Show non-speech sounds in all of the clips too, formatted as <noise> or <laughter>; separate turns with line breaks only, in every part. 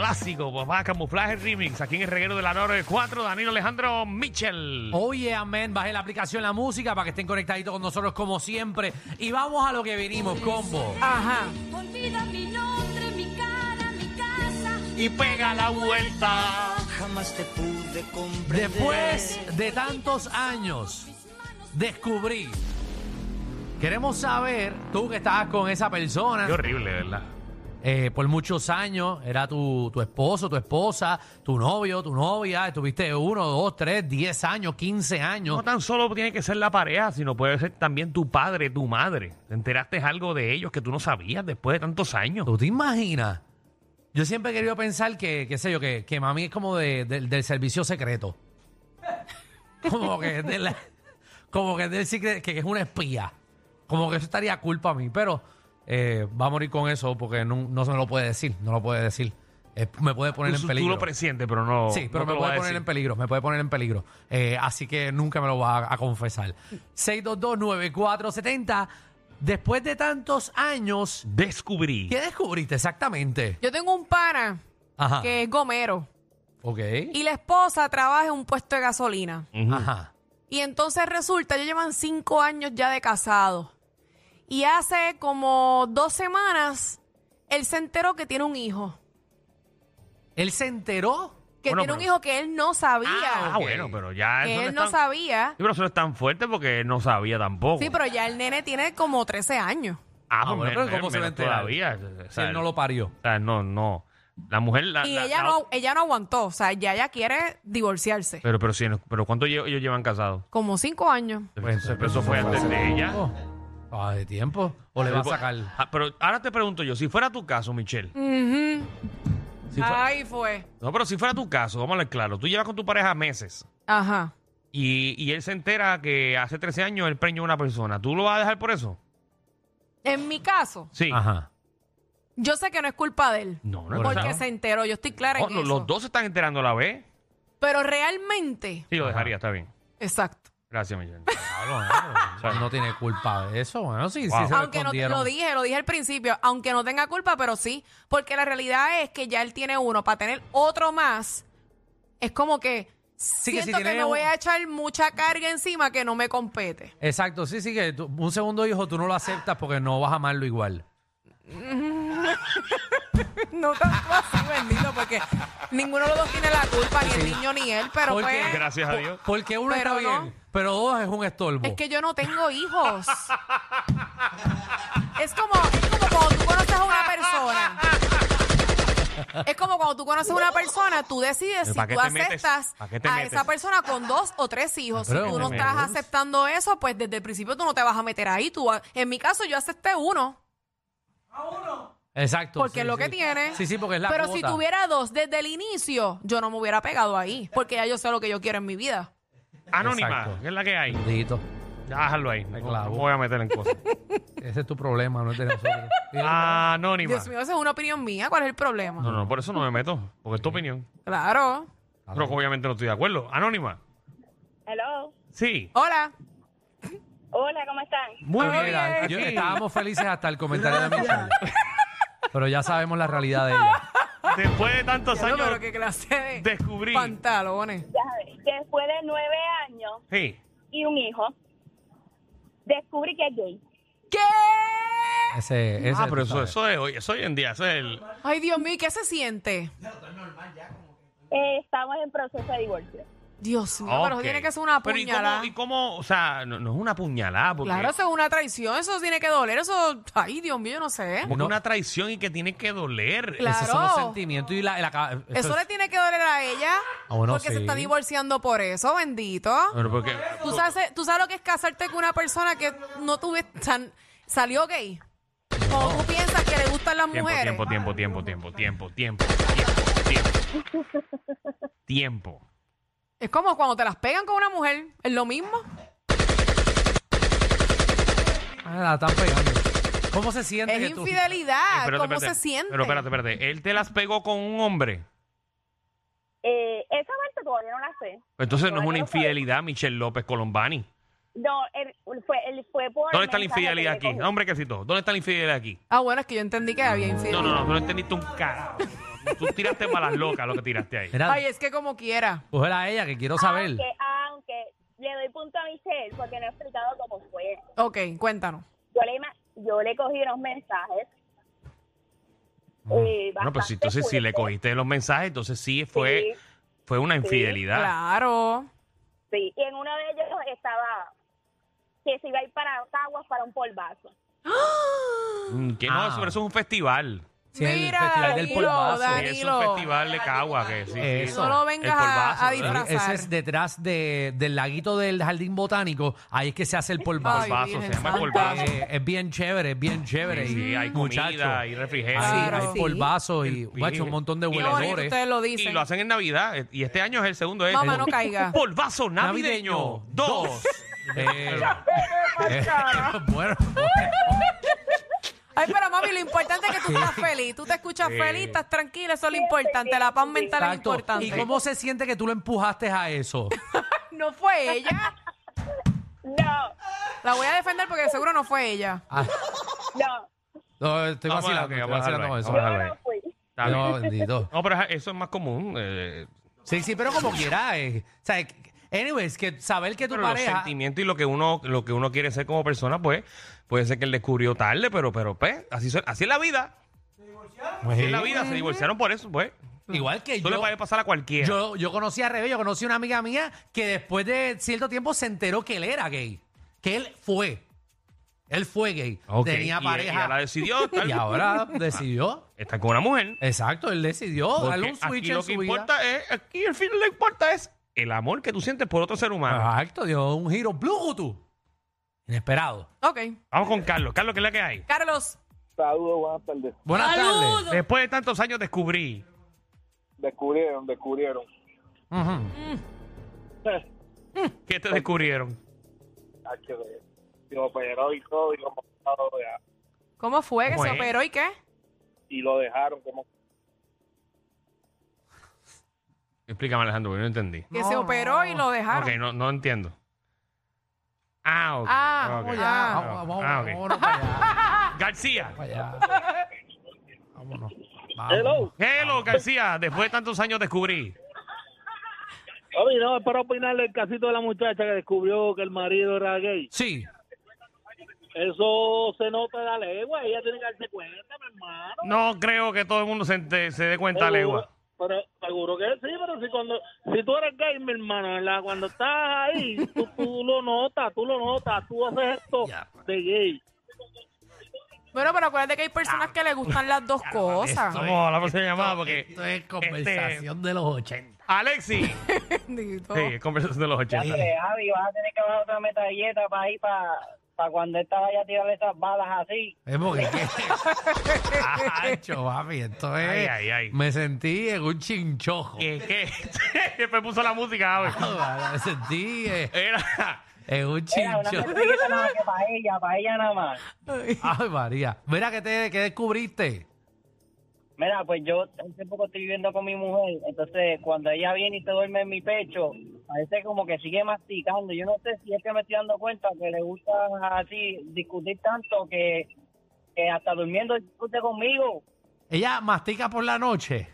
clásico, papá, camuflaje remix. Aquí en el reguero de la 4, Danilo Alejandro Mitchell.
Oye, amén. Baje la aplicación La Música para que estén conectaditos con nosotros como siempre. Y vamos a lo que vinimos, combo.
Ajá.
Olvida mi nombre, mi cara, mi casa.
Y pega la vuelta.
Jamás te pude comprender.
Después de tantos años, descubrí. Queremos saber, tú que estabas con esa persona
Qué horrible, ¿verdad?
eh, por muchos años, era tu, tu esposo, tu esposa, tu novio, tu novia, estuviste uno, dos, tres, diez años, quince años.
No tan solo tiene que ser la pareja, sino puede ser también tu padre, tu madre. ¿Te enteraste algo de ellos que tú no sabías después de tantos años?
¿Tú te imaginas? Yo siempre he querido pensar que, qué sé yo, que, que mami es como de- del- del servicio secreto. <laughs> Como que es de la- como que es del secre- que es una espía. Como que eso estaría culpa a mí, pero eh, va a morir con eso porque no, no se me lo puede decir, no lo puede decir. Eh, me puede poner
Tú,
en
tú
peligro.
lo presientes, pero no.
Sí, pero
no te
me
lo va
puede
a
poner en
decir.
peligro, me puede poner en peligro. Eh, así que nunca me lo va a, a confesar. 6229470. Después de tantos años,
Descubrí.
¿qué descubriste exactamente?
Yo tengo un pana
Ajá.
que es gomero
Ok.
y la esposa trabaja en un puesto de gasolina.
Ujú.
Ajá.
Y entonces resulta, ellos llevan cinco años ya de casados. Y hace como dos semanas, él se enteró que tiene un hijo.
Él se enteró.
Que
Bueno,
tiene un
pero-
hijo que él no sabía.
Ah,
ok.
bueno, pero ya. eso
que él
es
no
tan-
sabía.
Sí, pero eso no es tan fuerte porque él no sabía tampoco.
Sí, pero ya el nene tiene como 13 años.
Ah,
Ah,
pues
bueno,
menos-
pero ¿cómo se va
menos
a enterar?
Todavía. O
Si
sea,
él no lo parió.
o sea, no, no. La mujer. La,
Y
la-
ella
la-
no, ella no aguantó. O sea, ya ella quiere divorciarse.
Pero, pero, sí, no- pero ¿cuánto lle- ellos llevan casados?
Como cinco años.
Pues, eso, eso fue antes de ella.
Oh, ah, de tiempo. O le va a sacar.
Ah, pero ahora te pregunto yo, si fuera tu caso, Michelle.
Mm. Ujú.
si fue-
Ahí fue.
no, pero si fuera tu caso, vamos a hablar claro. Tú llevas con tu pareja meses
Ajá.
y, y él se entera que hace 13 años él preñó a una persona. ¿Tú lo vas a dejar por eso?
En mi caso,
Sí.
Ajá.
yo sé que no es culpa de él.
No, no es
Porque
culpa.
se enteró, yo estoy clara
Oh,
en
lo-
eso.
los dos se están enterando a la vez.
Pero realmente,
Sí, lo dejaría, está bien.
exacto.
Gracias,
<laughs>
Michelle.
Claro, bueno, bueno, no tiene culpa de eso. Bueno, sí,
Wow.
sí se lo
Aunque no
escondieron.
lo dije, lo dije al principio, aunque no tenga culpa, pero sí, porque la realidad es que ya él tiene uno, para tener otro más, es como que
que si
siento que,
tiene
me
un-
voy a echar mucha carga encima que no me compete.
Exacto, sí, sí, que tú- un segundo hijo tú no lo aceptas porque no vas a amarlo igual.
<laughs> No tanto así, bendito, porque ninguno de los dos tiene la culpa, ni el niño ni él, pero
Porque-
pues...
Gracias a Dios.
Porque uno
Pero
está
no.
bien, pero dos es un estorbo.
Es
Oh.
que yo no tengo hijos. es, como, es como cuando tú conoces a una persona. Es como cuando tú conoces a una persona, tú decides si
¿Para qué
tú
te metes?
aceptas
¿Para qué te
a
metes?
esa persona con dos o tres hijos. Si
Pero
tú no
me
estás
gusta.
aceptando eso, pues desde el principio tú no te vas a meter ahí. Tú, a- en mi caso, yo acepté uno,
Exacto.
porque
sí,
es lo
sí.
que tiene.
Sí, sí, porque es la
Pero si
cuota.
tuviera dos desde el inicio, yo no me hubiera pegado ahí, porque ya yo sé lo que yo quiero en mi vida.
Anónima,
Exacto.
que es la que hay.
Bendito.
Ya, déjalo ahí. No,
clavo.
no me voy a meter en
<laughs>
cosas.
Ese es tu problema, no es de nosotros.
Anónima.
Dios mío, esa es una opinión mía. ¿Cuál es el problema?
No, no, por eso no me meto, porque es tu opinión.
Claro.
Pero que obviamente no estoy de acuerdo. Anónima.
Hello.
Sí.
Hola.
Hola, ¿cómo están?
Muy bien.
Mira, yo-
aquí.
estábamos felices hasta el comentario de Michelle. Pero ya sabemos la realidad de ella.
Después de tantos
Diablo,
años.
pero qué clase de
descubrí.
pantalones.
Ya sabes, Después de nueve años
Sí.
y un hijo, descubrí que es gay.
¿Qué?
Ese, ese
Ah,
tú
pero eso,
sabes.
eso es hoy, eso hoy en día, eso es el...
Ay, Dios mío, ¿y ¿qué se siente?
Eh, estamos en proceso de divorcio.
Dios mío, pero
Ok.
eso tiene que ser una
Pero ¿y
puñalada.
cómo, y cómo, o sea, no, no es una puñalada, porque
Claro, eso es una traición, eso tiene que doler, eso... Ay, Dios mío, yo no sé.
porque
No.
es una traición y que tiene que doler.
Claro.
Esos son los sentimientos y la... y la ca- eso
Eso,
es-
le tiene que doler a ella
Ah, bueno,
porque
sí.
se está divorciando por eso, bendito.
Pero porque,
¿Tú sabes, tú sabes lo que es casarte con una persona que no tuve... tan- salió gay. Como tú piensas que le gustan las
tiempo,
mujeres.
tiempo, tiempo, tiempo, tiempo, tiempo, tiempo, tiempo, tiempo.
Ah,
Tiempo.
Es como cuando te las pegan con una mujer, es lo mismo.
Ah, la están pegando. ¿Cómo se siente?
Es
que tú-
infidelidad,
Espérate,
¿cómo
espérate.
se siente?
Pero espérate, espérate. Él te las pegó con un hombre.
Eh, esa parte todavía no la sé.
Pues Entonces no es
Todavía
una
no sé.
infidelidad, Michelle López Colombani.
No, él fue, él fue por.
¿Dónde está la
mensaje
infidelidad
que
aquí?
le
Hombre, que sí, todo. ¿Dónde está la infidelidad aquí?
Ah, bueno, es que yo entendí que había
No,
infidelidad.
no, no, no entendiste un carajo. Tú tiraste para las locas lo que tiraste ahí.
Mira,
Ay, es que como quiera.
cógela a ella que quiero saber.
Aunque, aunque le doy punto a Michelle porque no he explicado cómo fue.
Ok, cuéntanos.
Yo le, ma- yo le cogí unos mensajes. eh,
Bueno, pues
bastante
entonces si le
fuertes.
cogiste los mensajes, entonces sí fue,
Sí.
fue una infidelidad.
Claro.
Sí, y en uno de ellos estaba que se iba a ir para Caguas para un polvazo.
Mm, que no,
Ah.
eso, pero eso es un festival.
Sí, el
Mira,
festival del
Danilo,
polvazo.
Sí, es un
Ah. Danilo.
festival de Cagua. Que, sí, sí,
Eso.
el
No lo
vengas a-
polvazo, ¿verdad?
a
Sí,
disfrazar.
Ese es detrás de- del laguito del jardín botánico. Ahí es que se hace el polvazo.
Polvazo, se
Virgen
llama
Santa.
polvazo.
Eh, es bien chévere, es bien chévere.
Sí,
y,
sí, hay
muchacho,
comida, hay refrigerio.
hay-
Claro.
hay polvazo y
El-
guacho, un montón de
Y
Qué
los-
bonito
hueledores.
ustedes lo
Y
dicen.
lo hacen en Navidad. eh, Y este año es el segundo. eh.
Mamá, no caiga.
Polvazo navideño. <laughs> Dos.
Eh, eh, <laughs> bueno,
Ay, pero mami, lo importante
<laughs>
es que tú estás feliz. Tú te escuchas
Sí.
feliz, estás tranquila, eso es lo importante. La paz mental es
exacto. ¿Y
importante.
cómo se siente que tú lo empujaste a eso?
No fue ella.
No,
La voy a defender porque de seguro no fue ella.
Ah,
no,
no, estoy
Vamos a
vacilando,
dejarlo ahí,
estoy
vamos a dejarlo
vacilando con
ahí,
eso.
vamos a Déjalo
yo no
ahí.
fui.
Está bien.
No, bendito.
No, pero eso es más común. eh,
Sí, sí, pero como quiera. eh, o sea, que- anyways, que saber que tu
pero los
pareja.
sentimientos y lo que uno lo que uno quiere ser como persona, pues puede ser que él descubrió tarde, pero pero pues así son- así es la vida. Así es la vida, se divorciaron por eso, pues.
Igual que
Eso le
yo.
puede pasar a cualquiera.
Yo, yo conocí a Rebe, yo conocí a una amiga mía que después de cierto tiempo se enteró que él era gay. Que él fue. Él fue gay.
Ok,
Tenía
y-
pareja.
Y ahora
<laughs>
decidió estar,
Y ahora decidió.
estar con una mujer.
Exacto, él decidió darle
Porque
un switch
aquí
en
lo
su
que
vida.
importa es, aquí el fin lo que importa es el amor que tú sientes por otro ser humano.
Exacto, dio un giro Bluetooth. Inesperado.
Ok.
Vamos con Carlos. Carlos, ¿qué es la que hay?
Carlos,
Saludos, buenas tardes.
Buenas tardes.
Después de tantos años descubrí.
Descubrieron, descubrieron.
Ujú.
¿Qué te descubrieron?
H, de- y lo operó y todo, y lo, montado de-
¿cómo fue que
¿Cómo
se
es?
operó y qué?
y lo dejaron como...
Explícame, Alejandro, porque no entendí.
Que se operó y lo dejaron.
Ok, no, no entiendo. Ah, ok.
Ah,
ok.
oh,
Ah,
ya.
vamos, vamos,
Ah, ok. <laughs>
vámonos para allá,
García.
para allá. Vámonos.
Hello.
Hello, García. Después de tantos años descubrí.
Oye, no, es para opinar del casito de la muchacha que descubrió que el marido era gay.
Sí.
Eso se nota de la legua, ella tiene que darse cuenta, mi hermano.
No creo que todo el mundo se, ente- se dé cuenta,
Seguro,
Legua.
Pero seguro que sí, pero si cuando si tú eres gay, mi hermano, ¿verdad? cuando estás ahí, tú, tú lo notas, tú lo notas, tú haces esto
Ya.
de gay.
Bueno, pero acuérdate que hay personas que le gustan las dos cosas.
Vamos a la próxima llamada porque... este
Esto es conversación de los 80.
Alexi. Sí,
<laughs> Bendito.
es conversación de los 80.
Javi, vas a tener que bajar otra metalleta para ir para cuando él estaba ya tirando esas balas así.
Es porque
<laughs>
¿qué? Acho, papi, esto es.
Ay, ay, ay.
Me sentí en un chinchojo.
¿Qué? ¿Qué? <laughs> Después puso la música, a ver.
<laughs> Me sentí eh,
Era...
en un
Era una
chinchojo.
metalleta nada más que para ella, para ella nada más.
Ay, María. Mira, ¿qué, te, qué descubriste?
Mira, pues yo hace poco estoy viviendo con mi mujer, entonces cuando ella viene y se duerme en mi pecho, parece como que sigue masticando. Yo no sé si es que me estoy dando cuenta que le gusta así discutir tanto que, que hasta durmiendo discute conmigo.
Ella mastica por la noche.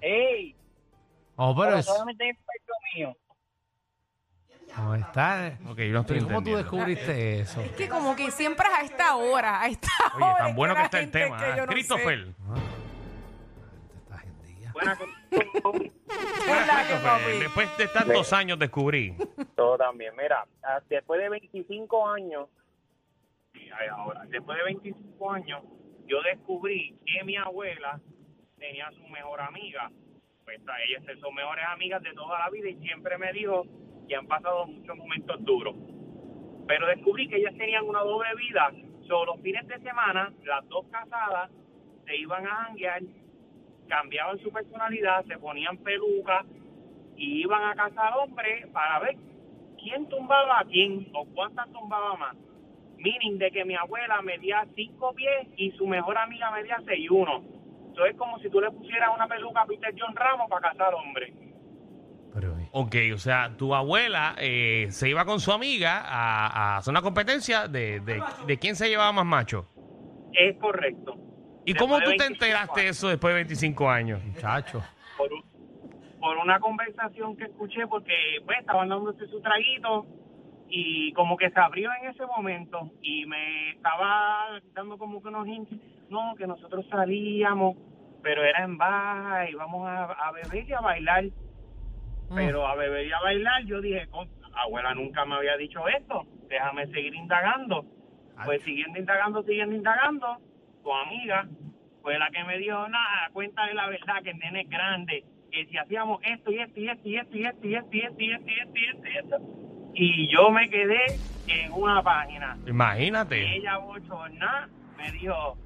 ¡Ey!
Oh, pero
pero
es.
solamente en el pecho mío.
No está.
Ok, yo no estoy
Pero ¿Cómo
entendiendo.
tú
Ah, eh.
descubriste eso?
Es que como que siempre es a esta hora, a esta hora.
Oye, tan bueno que
la
está el
gente
tema.
que
¿eh?
yo no sé.
Christopher.
Esta gente.
Es la que,
Christopher,
papi.
pues, Después de tantos años descubrí.
Todo también. Mira, ah, después de 25 años, y ahí ahora, después de 25 años, yo descubrí que mi abuela tenía su mejor amiga. Pues a ellas son mejores amigas de toda la vida y siempre me dijo que han pasado muchos momentos duros. Pero descubrí que ellas tenían una doble vida. So, los fines de semana, las dos casadas se iban a janguear, cambiaban su personalidad, se ponían pelucas y iban a casa al hombre para ver quién tumbaba a quién o cuántas tumbaba más. Miren, de que mi abuela medía 5 pies y su mejor amiga medía 6 uno. Entonces es como si tú le pusieras una peluca a Peter John Ramos para casar al hombre.
Pero,
Ok, o sea, tu abuela eh, se iba con su amiga a, a hacer una competencia de, de, de quién se llevaba más macho.
Es correcto.
¿Y cómo tú
Después de
te
25
enteraste de
años.
eso después de 25 años?
Muchacho.
por, un- por una conversación que escuché porque pues estaban dándose su traguito y como que se abrió en ese momento y me estaba dando como que unos hints, no, que nosotros salíamos, pero era en baja y vamos a, a beber y a bailar. Pero a beber y a bailar yo dije, "Contra, la abuela nunca me había dicho esto, déjame seguir indagando. Pues siguiendo indagando, siguiendo indagando, tu amiga fue la que me dijo, nada, cuéntale la verdad que el nene es grande, que si hacíamos esto y esto y esto y esto y esto y esto y esto y esto y esto y esto y esto y yo me quedé en una página. Y
Imagínate.
ella bochorná me dijo,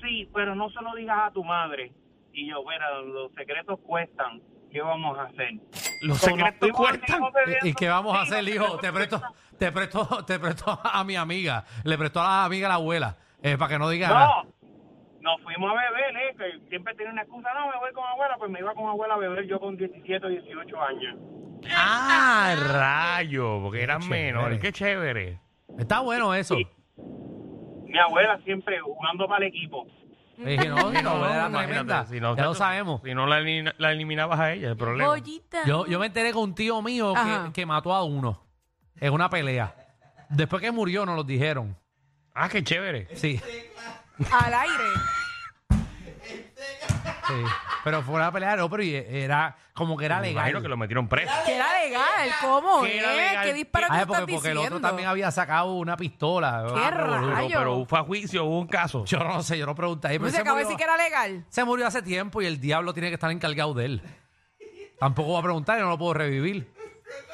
sí, pero no se lo digas a tu madre. Y yo, bueno, los secretos cuestan, ¿qué vamos a hacer?
Los
Como nos
secretos
fuimos,
cuestan.
seguimos
¿Y, y
bebiendo.
qué vamos a
Sí,
hacer,
los
hijo?
secretos
Te presto,
cuestan.
te presto, te presto a mi amiga. Le prestó a la amiga a la abuela. eh, para que no diga nada.
No, nos fuimos a beber, ¿eh? que siempre tenía una excusa, no, me voy con abuela, pues me iba con abuela a beber yo con 17 o 18 años.
Ah, rayo, porque eran
chévere.
menores. Qué chévere.
Está bueno eso.
Sí. Mi abuela siempre jugando para el equipo.
Dije, no, si la abuela era
imagínate,
tremenda.
si no-
ya lo sabemos.
Si no la, elimina- la eliminabas a ella, el problema.
Joyita.
Yo, yo me enteré con un tío mío que,
Ajá.
que mató a uno en una pelea. Después que murió nos lo dijeron.
Ah, qué chévere.
Sí,
Al aire.
sí. Pero fue una pelea, no, pero y era como que era
Me
legal.
imagino que lo metieron preso.
Que era legal. ¿Cómo?
Que era
¿Eh?
legal.
¿Qué disparo
Ay,
que tú
Ah, porque,
estás
porque el
diciendo?
otro también había sacado una pistola. Ah,
¿Qué
Pero,
rayo?
pero fue a juicio, hubo un caso.
Yo no sé, yo no pregunté. Pero
No Pues se
se,
acaba de
murió,
decir que era legal.
se murió hace tiempo y el diablo tiene que estar encargado de él. Tampoco va a preguntar, yo no lo puedo revivir.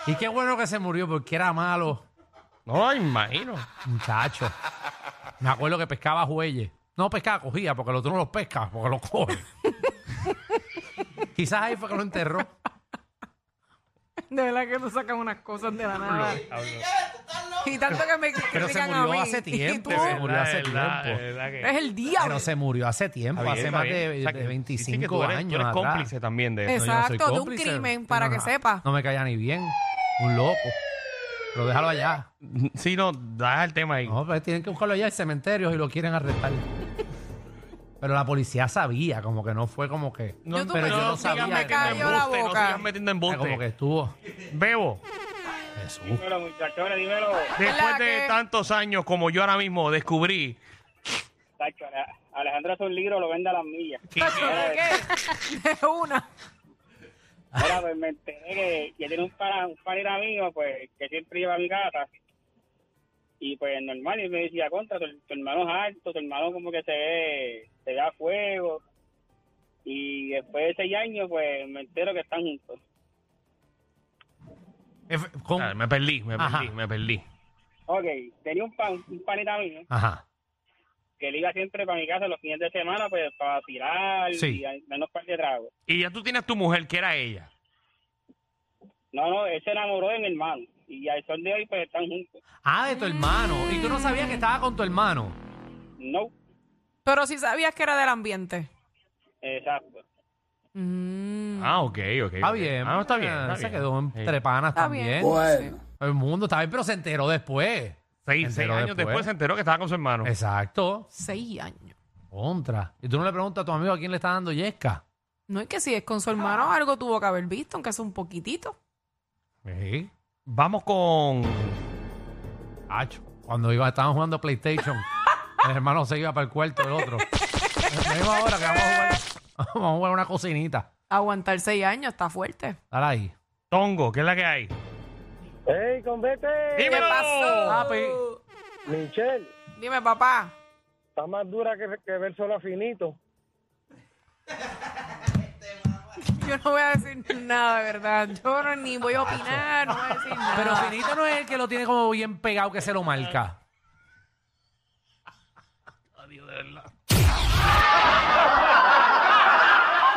Y qué bueno que se murió porque era malo,
No, imagino.
muchacho. Me acuerdo que pescaba jueyes. No pescaba, cogía, porque los otro no los pesca, porque los coge. Quizás ahí fue que lo enterró.
De verdad que no sacan unas cosas de la nada.
Ah.
Y tanto que me
Pero se
critican a mí.
murió hace tiempo.
Y tú
Se murió hace tiempo.
eres el diablo.
Pero se murió hace tiempo,
Está bien,
hace
está
más
bien. O
de,
sea,
de
que- sí
25
que tú eres,
años.
Tú eres
atrás.
cómplice también de eso.
No, yo no soy
Exacto, de un
cómplice.
crimen,
No,
para
no,
que
no.
sepa.
No me caía ni bien. Un loco. Pero déjalo allá.
mm, Sí, no, da el tema ahí.
No, pero tienen que buscarlo allá en cementerios y lo quieren arrestar. Pero la policía sabía, como que no fue como que.
No, tú
pero
me-
yo
no
no
digas
sabía.
me
que era
cayó
un
la
embuste,
embuste.
no
boca.
sigas metiendo en
Era Como que estuvo.
Bebo,
Jesús.
muchachos, dímelo.
después
La
de
que-
tantos años como yo ahora mismo descubrí
Alejandro es un libro, lo vende a las millas.
que,
¿De qué? De una.
Ahora pues me enteré que, que tiene un para un panera mío, pues, que siempre lleva a mi gata. Y pues normal, y me decía, contra, tu, tu hermano es alto, tu hermano como que se ve, se ve a fuego. Y después de seis años, pues me entero que están juntos.
F-
que-
con-
Ah, me perdí, me
Ajá.
perdí, me perdí.
Ok, tenía un, pan, un panera mío
Ajá.
que él iba siempre para mi casa los fines de semana, pues para tirar
Sí.
y a- darnos un par de tragos.
Y ya tú tienes tu mujer, que era ella.
No, no, él se enamoró de mi hermano. Y al sol de hoy, pues están juntos.
Ah, de tu hermano. Y tú no sabías que estaba con tu hermano.
No,
Pero sí sabías que era del ambiente.
exacto.
Mm.
Ah, ok, ok.
Está
ok.
bien.
Ah, no, está bien.
Ah,
está
Se
bien.
quedó en
Sí.
tres panas
Está
también.
bien.
El mundo está bien, pero se enteró después.
Seis,
Se
seis
enteró
años después. se enteró que estaba con su hermano.
Exacto.
Seis años.
Contra. Y tú no le preguntas a tu amigo a quién le está dando yesca.
No es que si es con su hermano algo tuvo que haber visto, aunque sea un poquitito.
Sí.
Vamos con.
Acho. Cuando iba, estaban jugando PlayStation, el hermano se iba para el cuarto del otro. La misma hora que vamos a jugar, <laughs> vamos a jugar una cocinita.
Aguantar seis años está fuerte.
Dale ahí.
Tongo, ¿qué es la que hay?
¡Ey, convete!
¿Qué
¡Dímelo!
pasó?
Papi.
Michelle,
Dime, papá.
está más dura que, que ver solo a finito.
Yo no voy a decir nada, de verdad. Yo no- ni voy a opinar, no voy a decir nada.
Pero Finito no es el que lo tiene como bien pegado que se lo marca.